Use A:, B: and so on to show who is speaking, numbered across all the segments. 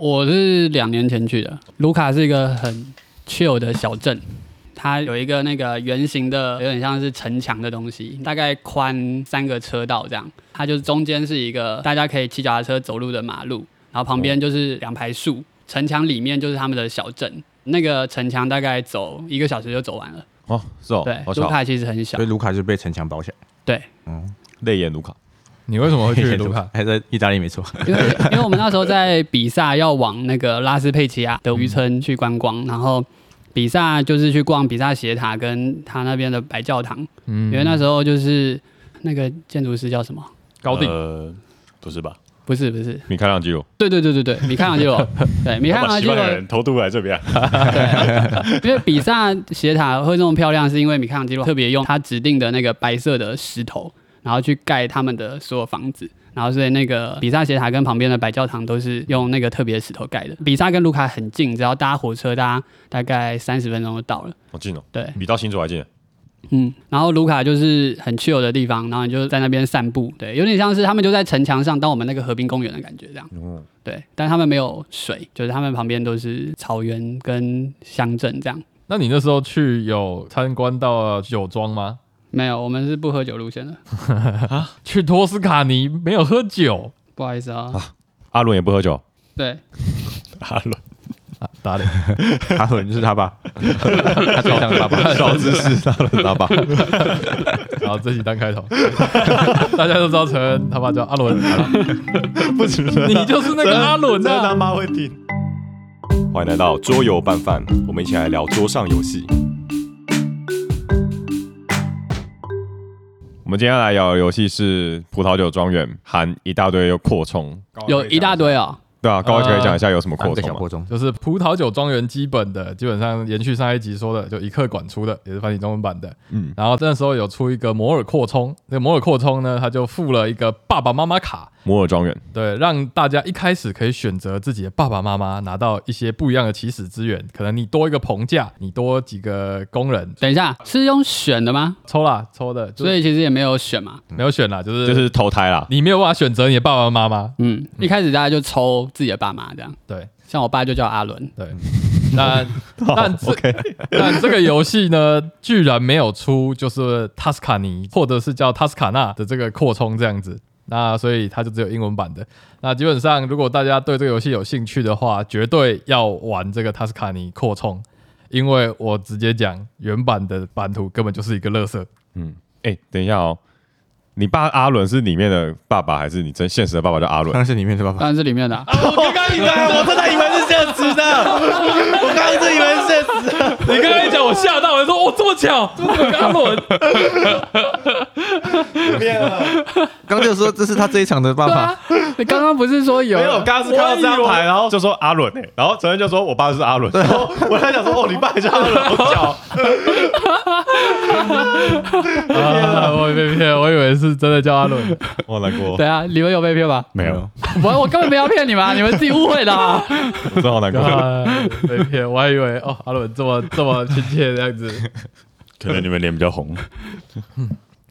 A: 我是两年前去的。卢卡是一个很 chill 的小镇，它有一个那个圆形的，有点像是城墙的东西，大概宽三个车道这样。它就是中间是一个大家可以骑脚踏车走路的马路，然后旁边就是两排树，城墙里面就是他们的小镇。那个城墙大概走一个小时就走完了。
B: 哦，是哦，
A: 对
B: 好，
A: 卢
B: 巧，
A: 卡其实很小
B: 所以，卢卡就被城墙包起来，
A: 对，
B: 嗯，泪眼 卢卡，
C: 你为什么会 去卢卡？
B: 还在意大利没错，
A: 因为因为我们那时候在比萨要往那个拉斯佩齐亚的渔村去观光，然后比萨就是去逛比萨斜塔跟他那边的白教堂，
C: 嗯
A: 因为那时候就是那个建筑师叫什么？
C: 高定
D: 呃，不是吧？
A: 不是不是，
B: 米开朗基罗，
A: 对对对对对，米开朗 基罗，对米开
D: 要把
A: 朗
D: 西
A: 基
D: 班牙
A: 罗，
D: 人偷渡来这边啊，
A: 因为比萨斜塔会这么漂亮，是因为米开朗基罗特别用他指定的那个白色的石头，然后去盖他们的所有房子。然后所以那个比萨斜塔跟旁边的白教堂都是用那个特别的石头盖的。比萨跟卢卡很近，只要搭火车搭大概三十分钟就到了。
B: 好近哦，
A: 对，
B: 比到新竹还近，
A: 嗯，然后卢卡就是很 chill 的地方，然后你就在那边散步，对，有点像是他们就在城墙上当我们那个河滨公园的感觉这样。
B: 嗯，
A: 对，但他们没有水，就是他们旁边都是草原跟乡镇这样。
C: 那你那时候去有参观到酒庄吗？
A: 没有，我们是不喝酒路线的，
C: 去托斯卡尼没有喝酒，
A: 不好意思啊。
B: 阿伦也不喝酒，
A: 对，
D: 阿伦
C: 打脸。
B: 阿伦就是他爸，他最像 他爸，小知 识，阿伦他爸，
C: 然后这集当开头， 大家都知道陈恩他爸叫阿 伦，
D: 不止
C: 你就是那个阿伦
D: 真的
C: 啊。
D: 妈会听。
B: 欢迎来到桌游拌饭，我们一起来聊桌上游戏。我们今天要来聊的游戏是《葡萄酒庄园》，含一大堆又扩充，
A: 有一大堆哦。
B: 对
D: 呃
B: 啊，高伟可以讲一下有什么扩充
E: 小
B: 吗？
E: 扩充，
C: 就是葡萄酒庄园基本的，基本上延续上一集说的，就一客馆出的，也是繁体中文版的。
B: 嗯，
C: 然后那时候有出一个摩尔扩充，那个摩尔扩充呢，它就附了一个爸爸妈妈卡，
B: 摩尔庄园，
C: 对，让大家一开始可以选择自己的爸爸妈妈，拿到一些不一样的起始资源，可能你多一个棚架，你多几个工人，
A: 等一下，是用选的吗？
C: 抽啦抽的，就
A: 所以其实也没有选嘛。
C: 没有选啦，就是
B: 就是投胎啦。
C: 你没有办法选择你的爸爸妈妈，
A: 嗯，一开始大家就抽自己的爸妈这样，
C: 对。
A: 像我爸就叫阿伦。
C: 对， 那但这、 但这个游戏呢，居然没有出就是塔斯卡尼或者是叫塔斯卡纳的这个扩充这样子。那所以它就只有英文版的。那基本上，如果大家对这个游戏有兴趣的话，绝对要玩这个塔斯卡尼扩充，因为我直接讲，原版的版图根本就是一个 垃圾。
B: 哎、等一下哦，你爸阿伦是里面的爸爸，还是你真现实的爸爸叫阿
E: 当
B: 伦？
E: 然是里面的爸
A: 当
E: 爸。
A: 然是里面的啊、
D: 我刚以为，我真的以为是这样子的，我刚真以为是这样子。
C: 你刚才讲，我吓到，我说哦，这么 巧，这么刚伦，
E: 刚就说这是他这一场的爸
A: 对
E: 爸，
A: 啊，你刚刚不是说 有
D: 没有，我刚刚是看到这张牌，然后就说阿 伦
B: 啊
D: 欸然后陈恩就说我爸是阿伦，然后 我在想说哦，你爸也叫阿伦，我巧。
C: 啊，我 被骗，我以为是真的叫阿伦。
B: 我难 过，
A: 对啊，你们有被骗 吧？
D: 没有，
A: 我我根本没有骗你们啊，你们自己误会的、啊。
B: 我真的好难过。
C: 啊，被骗，我还以为哦，阿伦这么这么亲切这样子。
D: 可能你们脸比较红。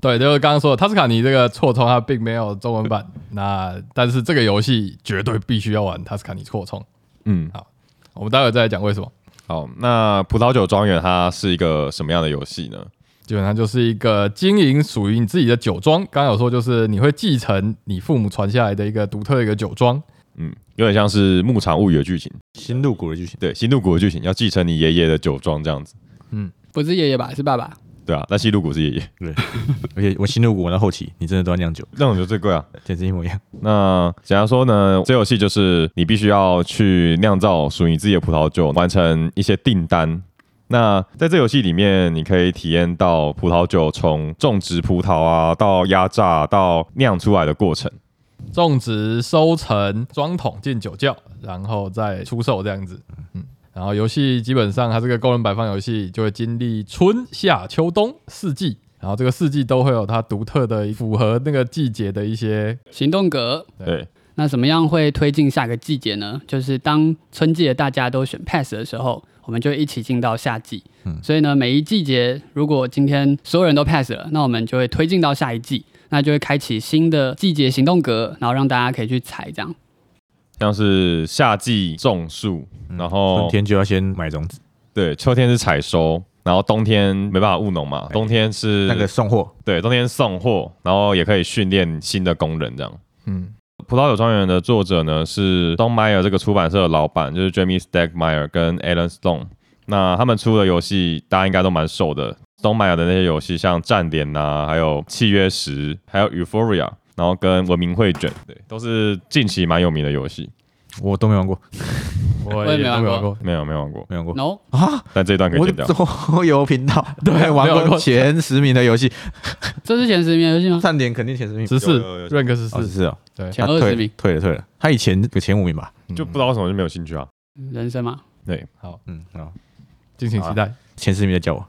C: 对，就是刚刚说的，塔斯卡尼这个错充它并没有中文版，那但是这个游戏绝对必须要玩塔斯卡尼错充。
B: 嗯，
C: 我们待会再来讲为什么。
B: 好，那葡萄酒庄园它是一个什么样的游戏呢？
C: 基本上就是一个经营属于你自己的酒庄，刚刚有说就是你会继承你父母传下来的一个独特的一个酒庄，
B: 嗯，有点像是《牧场物语》的剧情，
E: 新入股的剧情。
B: 对，新露谷的剧情，要继承你爷爷的酒庄这样子，
A: 不是爷爷吧，是爸爸。
B: 对啊，但新露谷是爷爷，
E: 而且我新入股玩到后期，你真的都要酿酒，
B: 那种就最贵啊。
E: 简直一模一样。
B: 那简单说呢，这游戏就是你必须要去酿造属于你自己的葡萄酒，完成一些订单。那在这游戏里面，你可以体验到葡萄酒从种植葡萄啊，到压榨到酿出来的过程。
C: 种植、收成、装桶进酒窖，然后再出售这样子。嗯，然后游戏基本上它这个工人摆放游戏就会经历春夏秋冬四季，然后这个四季都会有它独特的符合那个季节的一些
A: 行动格。
B: 对，
A: 那怎么样会推进下个季节呢？就是当春季的大家都选 pass 的时候，我们就一起进到夏季。
E: 嗯
A: 所以呢，每一季节如果今天所有人都 pass 了，那我们就会推进到下一季，那就会开启新的季节行动格，然后让大家可以去踩这样。
B: 像是夏季种树，然后
E: 春天就要先买种子，
B: 对秋天是采收，然后冬天没办法务农嘛，冬天是
E: 哎那个送货，
B: 对冬天送货，然后也可以训练新的工人这样。
C: 嗯，
B: 葡萄酒庄园的作者呢是 Don Meyer 这个出版社的老板，就是 Jamie Stegmeyer 跟 Alan Stone。那他们出的游戏，大家应该都蛮熟的。Don Meyer 的那些游戏，像《战点》呐，还有《契约十》，还有《Euphoria》，然后跟《文明会卷》，对，都是近期蛮有名的游戏。
E: 我都没玩过，
C: 我
A: 我也
C: 也
A: 没
C: 都
A: 玩
C: 没
A: 过
C: 玩过，
B: 没有，没玩过，
E: 没玩过。
A: No，
B: 但这一段可以
E: 我
B: 剪掉。
E: 桌游频道 对啊
C: 没有
E: 玩
C: 过
E: 过前十名的游戏，
A: 这是前十名的游戏吗？
E: 三点肯定前十名，
C: 十四
B: 有有有
C: rank 十
E: 哦十
C: 四，
E: 四哦，
C: 对，
A: 前
E: 他
A: 二
E: 退
A: 十名，
E: 退了退了，他以前有前五名吧？
B: 就不知道为什么就没有兴趣啊。
A: 人生嘛，
E: 嗯，哦，
C: 敬请期待。
E: 前十名在叫我，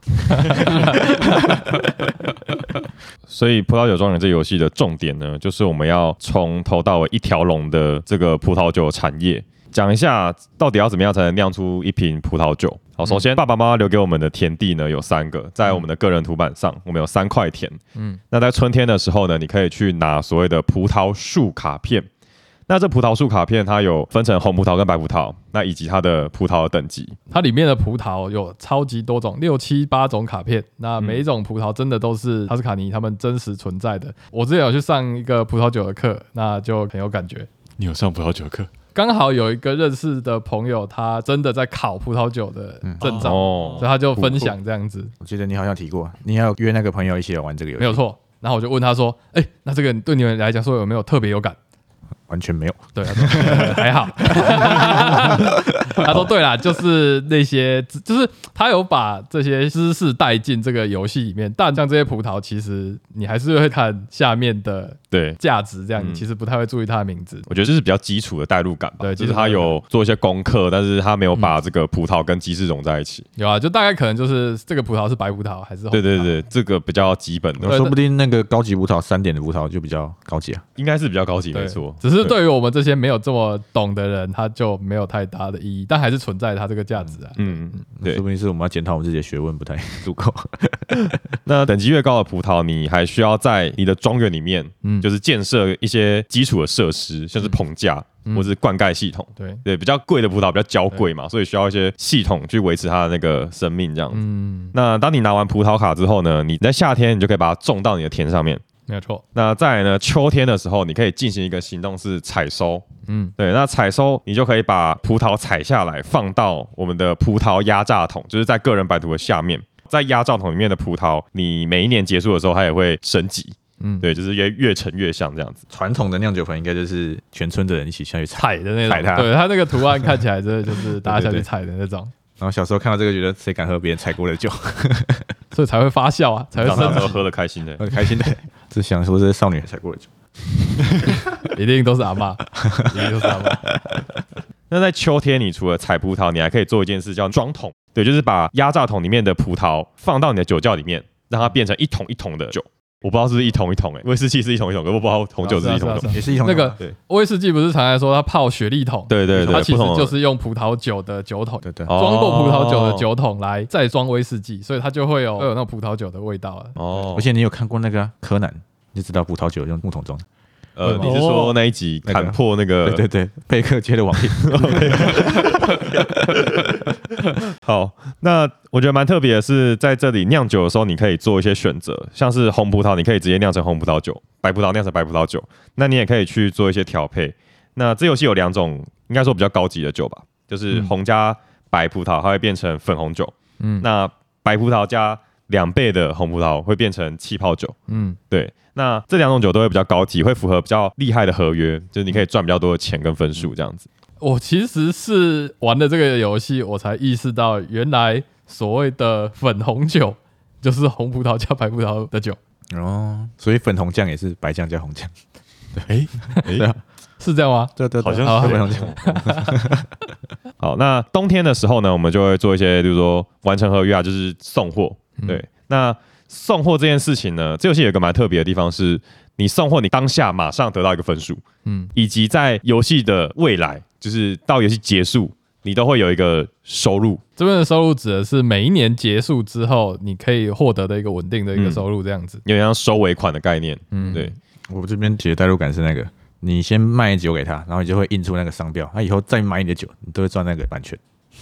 B: 所以葡萄酒庄园这游戏的重点呢，就是我们要从头到尾一条龙的这个葡萄酒产业，讲一下到底要怎么样才能酿出一瓶葡萄酒。好，首先爸爸妈妈留给我们的田地呢有三个，在我们的个人图板上，我们有三块田。
C: 嗯，
B: 那在春天的时候呢，你可以去拿所谓的葡萄树卡片。那这葡萄树卡片它有分成红葡萄跟白葡萄，那以及它的葡萄的等级。
C: 它里面的葡萄有超级多种，六七八种卡片。那每一种葡萄真的都是塔斯卡尼他们真实存在的。我之前有去上一个葡萄酒的课，那就很有感觉。
F: 你有上葡萄酒课？
C: 刚好有一个认识的朋友，他真的在考葡萄酒的证
F: 嗯
C: 照，
B: 哦
C: 所以，他就分享这样子，
E: 我记得你好像提过，你还有约那个朋友一起来玩这个游戏，
C: 没有错。然后我就问他说：“哎、那这个对你们来讲说有没有特别有感？”
E: 完全没有，
C: 对，他说、 呃还好。他说对啦，就是那些，就是他有把这些知识带进这个游戏里面，但像这些葡萄，其实你还是会看下面的
B: 对，
C: 价值，这样、
B: 嗯
C: 你其实不太会注意它的名字。
B: 我觉得这是比较基础的代入感吧。
C: 对
B: 就是他有做一些功课，但是他没有把这个葡萄跟鸡翅融在一起。
C: 有啊，就大概可能就是这个葡萄是白葡萄还是红葡
B: 对
C: 萄
B: 对对，这个比较基本的，
C: 嗯对
E: 说不定那个高级葡萄三点的葡萄就比较高级啊。
B: 应该是比较高级，
C: 对
B: 没错。
C: 只是对于我们这些没有这么懂的人，他就没有太大的意义，但还是存在它这个价值啊。
B: 嗯，嗯对
E: 说。不定是我们要检讨我们自己的学问不太足够。
B: 那等级越高的葡萄，你还需要在你的庄园里面，
C: 嗯
B: 就是建设一些基础的设施，像是棚架
C: 嗯
B: 或是灌溉系统。
C: 对，
B: 对，比较贵的葡萄比较娇贵嘛，所以需要一些系统去维持它的那个生命这样子。
C: 嗯，
B: 那当你拿完葡萄卡之后呢，你在夏天你就可以把它种到你的田上面。
C: 没有错。
B: 那再来呢，秋天的时候，你可以进行一个行动是采收。
C: 嗯，
B: 对，那采收你就可以把葡萄采下来，放到我们的葡萄压榨桶，就是在个人版图的下面。在压榨桶里面的葡萄，你每一年结束的时候，它也会升级。
C: 嗯
B: 对，就是越越沉越像这样子。
E: 传统的酿酒盆应该就是全村的人一起下去 采，
C: 踩的那种，
E: 踩它
C: 对它那个图案看起来真的就是大家下
E: 对对
C: 去
E: 对
C: 踩的那种。
E: 然后小时候看到这个，觉得谁敢喝别人采过的酒，
C: 所以才会发酵啊，才会
B: 长大之
C: 生，
B: 后喝的开心 的，
E: 很开心的。只想说这是少女采过的酒，
C: 一定都是阿妈，一定都是阿妈。
B: 那在秋天，你除了采葡萄，你还可以做一件事叫装桶，对，就是把压榨桶里面的葡萄放到你的酒窖里面，让它变成一桶一桶的酒。我不知道是不是一桶一桶、欸，威士忌是一桶一桶，可我不知道红酒是一桶一
C: 啊
B: 桶
C: 是啊。
E: 也是一种
C: 那个
E: 对
C: 威士忌不是常来说它泡雪莉桶，
B: 对对对，
C: 它其
B: 不
C: 实
B: 同的
C: 就是用葡萄酒的酒桶。
E: 对对，
C: 装过葡萄酒的
B: 哦。
C: 酒桶来再装威士忌，所以它就会有会有那种葡萄酒的味道啊。
B: 哦
E: 而且你有看过那个啊柯南，你就知道葡萄酒用木桶装的。
B: 呃，
C: 哦
B: 你是说那一集
E: 那个
B: 砍破那个？
E: 对对对，贝克街的网页
B: 好，那我觉得蛮特别的是，在这里酿酒的时候，你可以做一些选择，像是红葡萄，你可以直接酿成红葡萄酒；白葡萄酿成白葡萄酒。那你也可以去做一些调配。那这游戏有两种，应该说比较高级的酒吧，就是
C: 嗯
B: 红加白葡萄，它会变成粉红酒。
C: 嗯
B: 那白葡萄加两倍的红葡萄会变成气泡酒。
C: 嗯，
B: 对，那这两种酒都会比较高级，会符合比较厉害的合约，就是
F: 嗯
B: 你可以赚比较多的钱跟分数这样子。
C: 我其实是玩了这个游戏，我才意识到原来所谓的粉红酒就是红葡萄加白葡萄的酒，
E: 哦，所以粉红酱也是白酱加红酱。
F: 哎，
C: 是这样
B: 嗯
C: 吗？
E: 对对，对
F: 好像
C: 啊好
F: 是
E: 粉红 酱。
B: 好，那冬天的时候呢，我们就会做一些，比如说完成合约啊，就是送货。
F: 嗯
B: 对，那送货这件事情呢，这游戏有一个蛮特别的地方是，你送货你当下马上得到一个分数，
C: 嗯
B: 以及在游戏的未来，就是到游戏结束，你都会有一个收入。
C: 这边的收入指的是每一年结束之后，你可以获得的一个
B: 嗯
C: 稳定的一个收入，这样子。
B: 有点像收尾款的概念，
C: 嗯，
B: 对，
E: 我这边其实代入感是那个你先卖酒给他，然后你就会印出那个商标，啊他以后再买你的酒，你都会赚那个版权。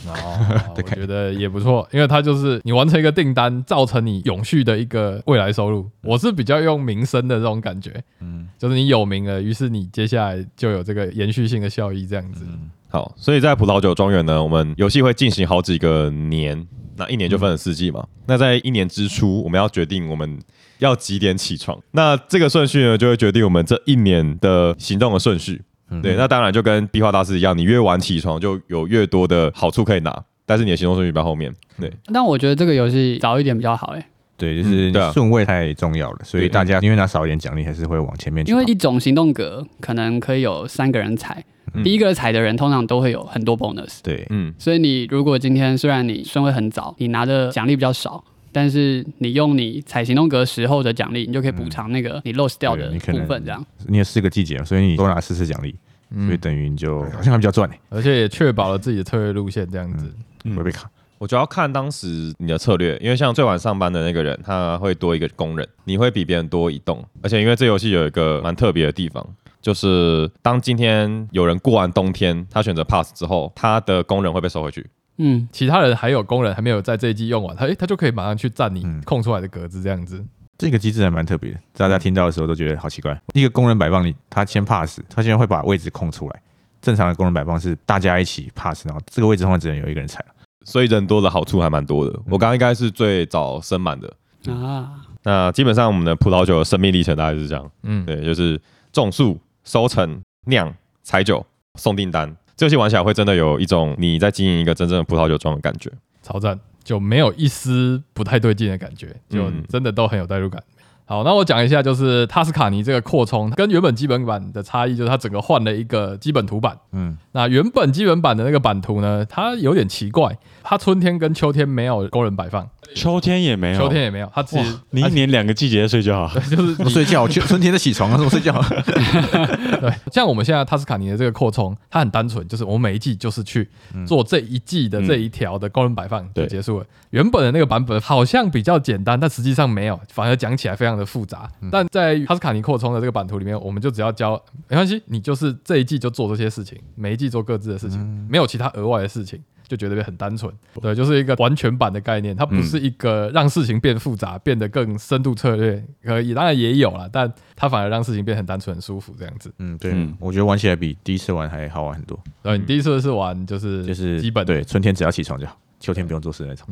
C: 哦，我觉得也不错，因为它就是你完成一个订单，造成你永续的一个未来收入。我是比较用民生的这种感觉，嗯，就是你有名了，于是你接下来就有这个延续性的效益，这样子。
B: 好，所以在葡萄酒庄园呢，我们游戏会进行好几个年，那一年就分了四季嘛。那在一年之初，我们要决定我们要几点起床，那这个顺序呢，就会决定我们这一年的行动的顺序。
E: 嗯
B: 对，那当然就跟壁画大师一样，你越晚起床就有越多的好处可以拿，但是你的行动顺序摆后面。对，
A: 但我觉得这个游戏早一点比较好哎、
E: 对，就是
B: 嗯对啊
E: 顺位太重要了，所以
B: 对
E: 大家因为拿少一点奖励，还是会往前面去
A: 因
E: 跑。
A: 为一种行动格可能可以有三个人踩，第一个踩的人通常都会有很多 bonus，
E: 对，
B: 嗯，
A: 所以你如果今天虽然你顺位很早，你拿的奖励比较少。但是你用你踩行动格时候的奖励，你就可以补偿那个你 lost 掉的
E: 对你可
A: 部
E: 能
A: 分，这样。
E: 你有四个季节，所以你多拿四次奖励，所以等于你就好像还比较赚欸
C: 嗯而且也确保了自己的策略路线，这样子。
E: 不会被卡。
B: 我就要看当时你的策略，因为像最晚上班的那个人，他会多一个工人，你会比别人多一栋。而且因为这游戏有一个蛮特别的地方，就是当今天有人过完冬天，他选择 pass 之后，他的工人会被收回去。
A: 嗯，
C: 其他人还有工人还没有在这一季用完，他诶、他就可以马上去占你
E: 嗯
C: 空出来的格子，这样子。
E: 这个机制还蛮特别的，大家听到的时候都觉得好奇怪。一个工人摆放你，他先 pass，他先会把位置空出来。正常的工人摆放是大家一起 pass，然后这个位置通常只能有一个人踩。
B: 所以人多的好处还蛮多的。我刚刚应该是最早升满的。
A: 啊，
B: 那基本上我们的葡萄酒的生命历程大概是这样，
C: 嗯，
B: 对，就是种树、收成、酿、采酒、送订单。这游戏玩起来会真的有一种你在经营一个真正的葡萄酒庄的感觉。
C: 超赞，就没有一丝不太对劲的感觉，就
B: 嗯
C: 真的都很有代入感。好，那我讲一下，就是塔斯卡尼这个扩充跟原本基本版的差异，就是它整个换了一个基本图版。
E: 嗯，
C: 那原本基本版的那个版图呢，它有点奇怪，它春天跟秋天没有工人摆放，
F: 秋天也没有，
C: 秋天也没有，它其实
F: 你一年两个季节睡就
B: 啊
F: 好。
C: 就是
E: 我睡觉， 我就春天在起床啊，我睡觉。
C: 对，像我们现在塔斯卡尼的这个扩充，它很单纯，就是我们每一季就是去做这一季的这一条的工人摆放就
F: 对
C: 结束了。原本的那个版本好像比较简单，但实际上没有，反而讲起来非常的复杂。但在塔斯卡尼扩充的这个版图里面，我们就只要教没关系，你就是这一季就做这些事情，每一季做各自的事情，没有其他额外的事情。就觉得很单纯，对，就是一个完全版的概念，它不是一个让事情变复杂、变得更深度策略，可以，当然也有啦，但它反而让事情变很单纯、很舒服这样子。
E: 嗯，对
F: 嗯，
E: 我觉得玩起来比第一次玩还好玩很多，
C: 对，你第一次是玩就是
E: 嗯就是
C: 基本的，
E: 对，春天只要起床就好，秋天不用做事那种。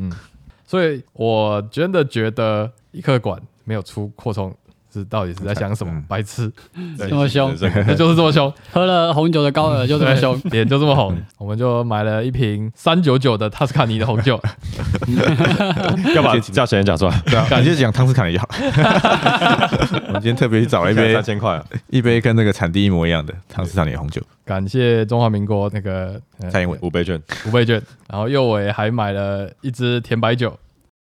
C: 所以我真的觉得一客馆没有出扩充是到底是在想什么
E: 嗯
C: 白痴，
A: 这么凶，
C: 那就是这么凶，
A: 喝了红酒的高尔就这么凶。
C: 对脸就这么红，我们就买了一瓶三九九的塔斯卡尼的红 酒，
B: 要把价钱也讲出来，
E: 对啊， 感谢讲汤斯卡尼就好。我今天特别去找了 一杯
B: 三千块啊。
E: 一杯跟那个产地一模一样的汤斯卡尼红酒，
C: 感谢中华民国那个呃
E: 蔡英文。
B: 五倍券，
C: 五倍券，然后右尾还买了一支甜白酒。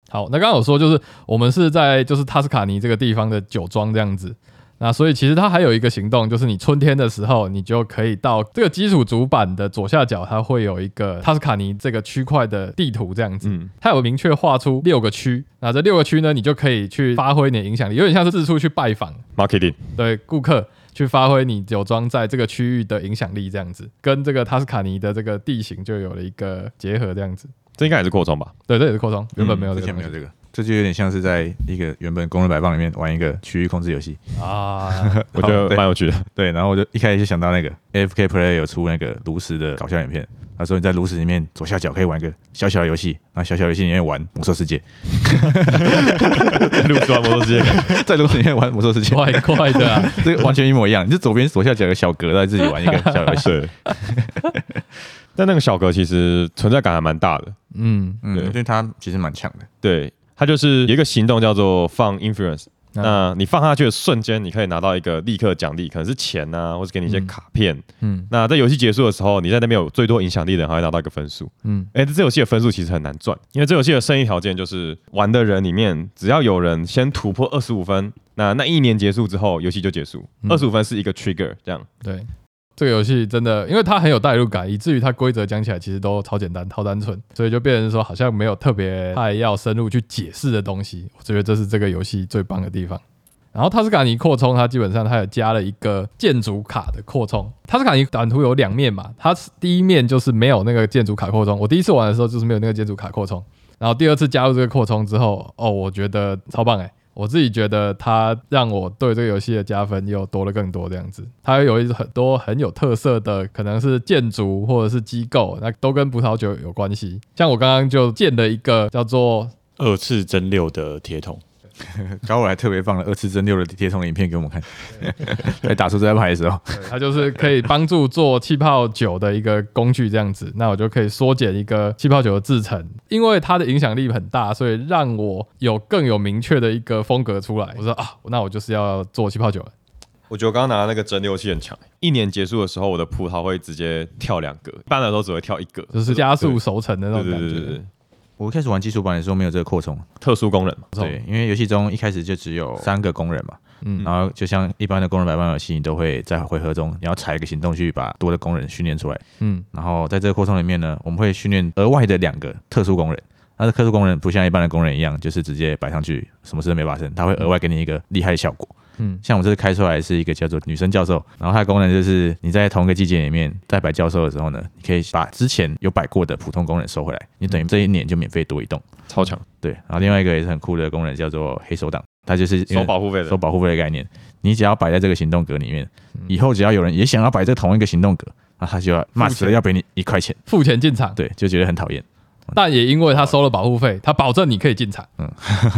C: 好，那刚刚有说就是我们是在就是塔斯卡尼这个地方的酒庄这样子，那所以其实它还有一个行动，就是你春天的时候，你就可以到这个基础主板的左下角，它会有一个塔斯卡尼这个区块的地图这样子，
B: 嗯，
C: 它有明确画出六个区，那这六个区呢，你就可以去发挥你的影响力，有点像是四处去拜访，
B: marketing
C: 对顾客去发挥你酒庄在这个区域的影响力，这样子跟这个塔斯卡尼的这个地形就有了一个结合，这样子。
B: 这应该也是扩充吧？
C: 对，这也是扩充，原本没
E: 嗯
C: 有
E: 之
C: 这个
E: 前
C: 东
E: 没
C: 西、
E: 有这个，这就有点像是在一个原本工人摆放里面玩一个区域控制游戏。
C: 啊。
B: 我觉得
E: 好对
B: 蛮有趣的。
E: 对，然后我就一开始就想到那个 AFK Play 有出那个炉石的搞笑影片，他说你在炉石里面左下角可以玩一个小小的游戏，然后小小游戏里面玩魔兽世界，
B: 录出来魔兽世界，
E: 在炉石里面玩魔兽世界，
C: 怪怪的、啊，
E: 这个完全一模一样。你就左边左下角有个小格，在自己玩一个小游戏，
B: 对。但那个小格其实存在感还蛮大的，
C: 嗯，
E: 嗯，
B: 对
E: 因为它其实蛮强的。
B: 对，它就是有一个行动叫做放 influence。
C: 啊
B: 那你放下去的瞬间，你可以拿到一个立刻奖励，可能是钱啊，或者给你一些
C: 嗯
B: 卡片。
C: 嗯
B: 那在游戏结束的时候，你在那边有最多影响力的人，还会拿到一个分数。
C: 嗯
B: 哎、这游戏的分数其实很难赚，因为这游戏的胜利条件就是玩的人里面，只要有人先突破二十五分，那那一年结束之后，游戏就结束。
C: 嗯
B: 二十五分是一个 trigger，这样
C: 对，这个游戏真的，因为它很有代入感，以至于它规则讲起来其实都超简单、超单纯，所以就变成说好像没有特别太要深入去解释的东西。我觉得这是这个游戏最棒的地方。然后塔斯卡尼扩充，它基本上它有加了一个建筑卡的扩充。塔斯卡尼版图有两面嘛，它第一面就是没有那个建筑卡扩充。我第一次玩的时候就是没有那个建筑卡扩充，然后第二次加入这个扩充之后，哦，我觉得超棒哎、我自己觉得它让我对这个游戏的加分又多了更多，这样子，它有一很多很有特色的，可能是建筑或者是机构，那都跟葡萄酒有关系。像我刚刚就建了一个叫做
F: 二次蒸馏的铁 桶，
E: 然后我还特别放了二次蒸馏的铁桶的影片给我们看， 在打出这张牌的时候，
C: 呃它就是可以帮助做气泡酒的一个工具，这样子，那我就可以缩减一个气泡酒的制成，因为它的影响力很大，所以让我有更有明确的一个风格出来。我说啊，那我就是要做气泡酒了。
B: 我觉得我刚刚拿那个蒸馏器很强、欸一年结束的时候，我的葡萄会直接跳两格，一般来说只会跳一格，
C: 就是加速熟成的那种
B: 对对
C: 感
B: 对对
C: 觉。
B: 对，
E: 我一开始玩基础版的时候没有这个扩充，
B: 特殊功能嘛，
C: 错
E: 对，因为游戏中一开始就只有三个工人嘛，
C: 嗯
E: 然后就像一般的工人摆放游戏，你都会在回合中你要采一个行动去把多的工人训练出来，
C: 嗯，
E: 然后在这个扩充里面呢，我们会训练额外的两个特殊工人。那这特殊工人不像一般的工人一样，就是直接摆上去，什么事都没发生，他会额外给你一个厉害的效果。
C: 嗯
E: 像我们这次开出来是一个叫做女生教授，然后它的功能就是你在同一个季节里面在摆教授的时候呢，你可以把之前有摆过的普通工人收回来，你等于这一年就免费多一栋。
B: 超强，
E: 对，然后另外一个也是很酷的功能叫做黑手党，它就是因为
B: 收保护费的
E: 收，保护费的概念。你只要摆在这个行动格里面，以后只要有人也想要摆在同一个行动格，那他就要骂死了要给你一块钱，
C: 付钱进场，
E: 对，就觉得很讨厌。
C: 但也因为他收了保护费，他保证你可以进场。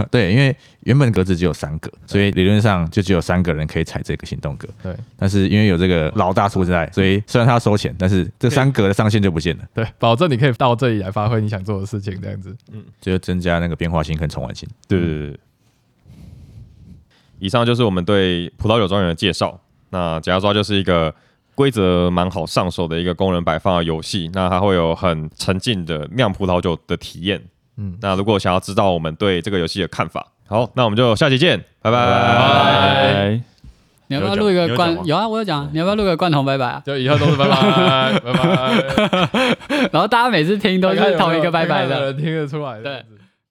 E: 对，因为原本格子只有三个，所以理论上就只有三个人可以踩这个行动格。
C: 对
E: 但是因为有这个老大出在，所以虽然他要收钱，但是这三格的上限就不见了，
C: 对，保证你可以到这里来发挥你想做的事情，这样子。
E: 就增加那个变化性跟重玩性。
B: 对对对对。以上就是我们对葡萄酒庄园的介绍。那假如说就是一个规则蛮好上手的一个工人摆放的游戏，那它会有很沉浸的酿葡萄酒的体验。嗯
C: 嗯，
B: 那如果想要知道我们对这个游戏的看法，好，那我们就下期见，拜拜。
F: 拜。
A: 你要不要录一
F: 你
A: 个
F: 有
A: 罐
F: 讲吗？
A: 有啊，我有讲。你要不要录个罐头拜拜啊？
C: 就以后都是拜 拜拜拜，
A: 然后大家每次听都是同一个拜拜
C: 大概有没有
A: 的。
C: 人听得出来。这样子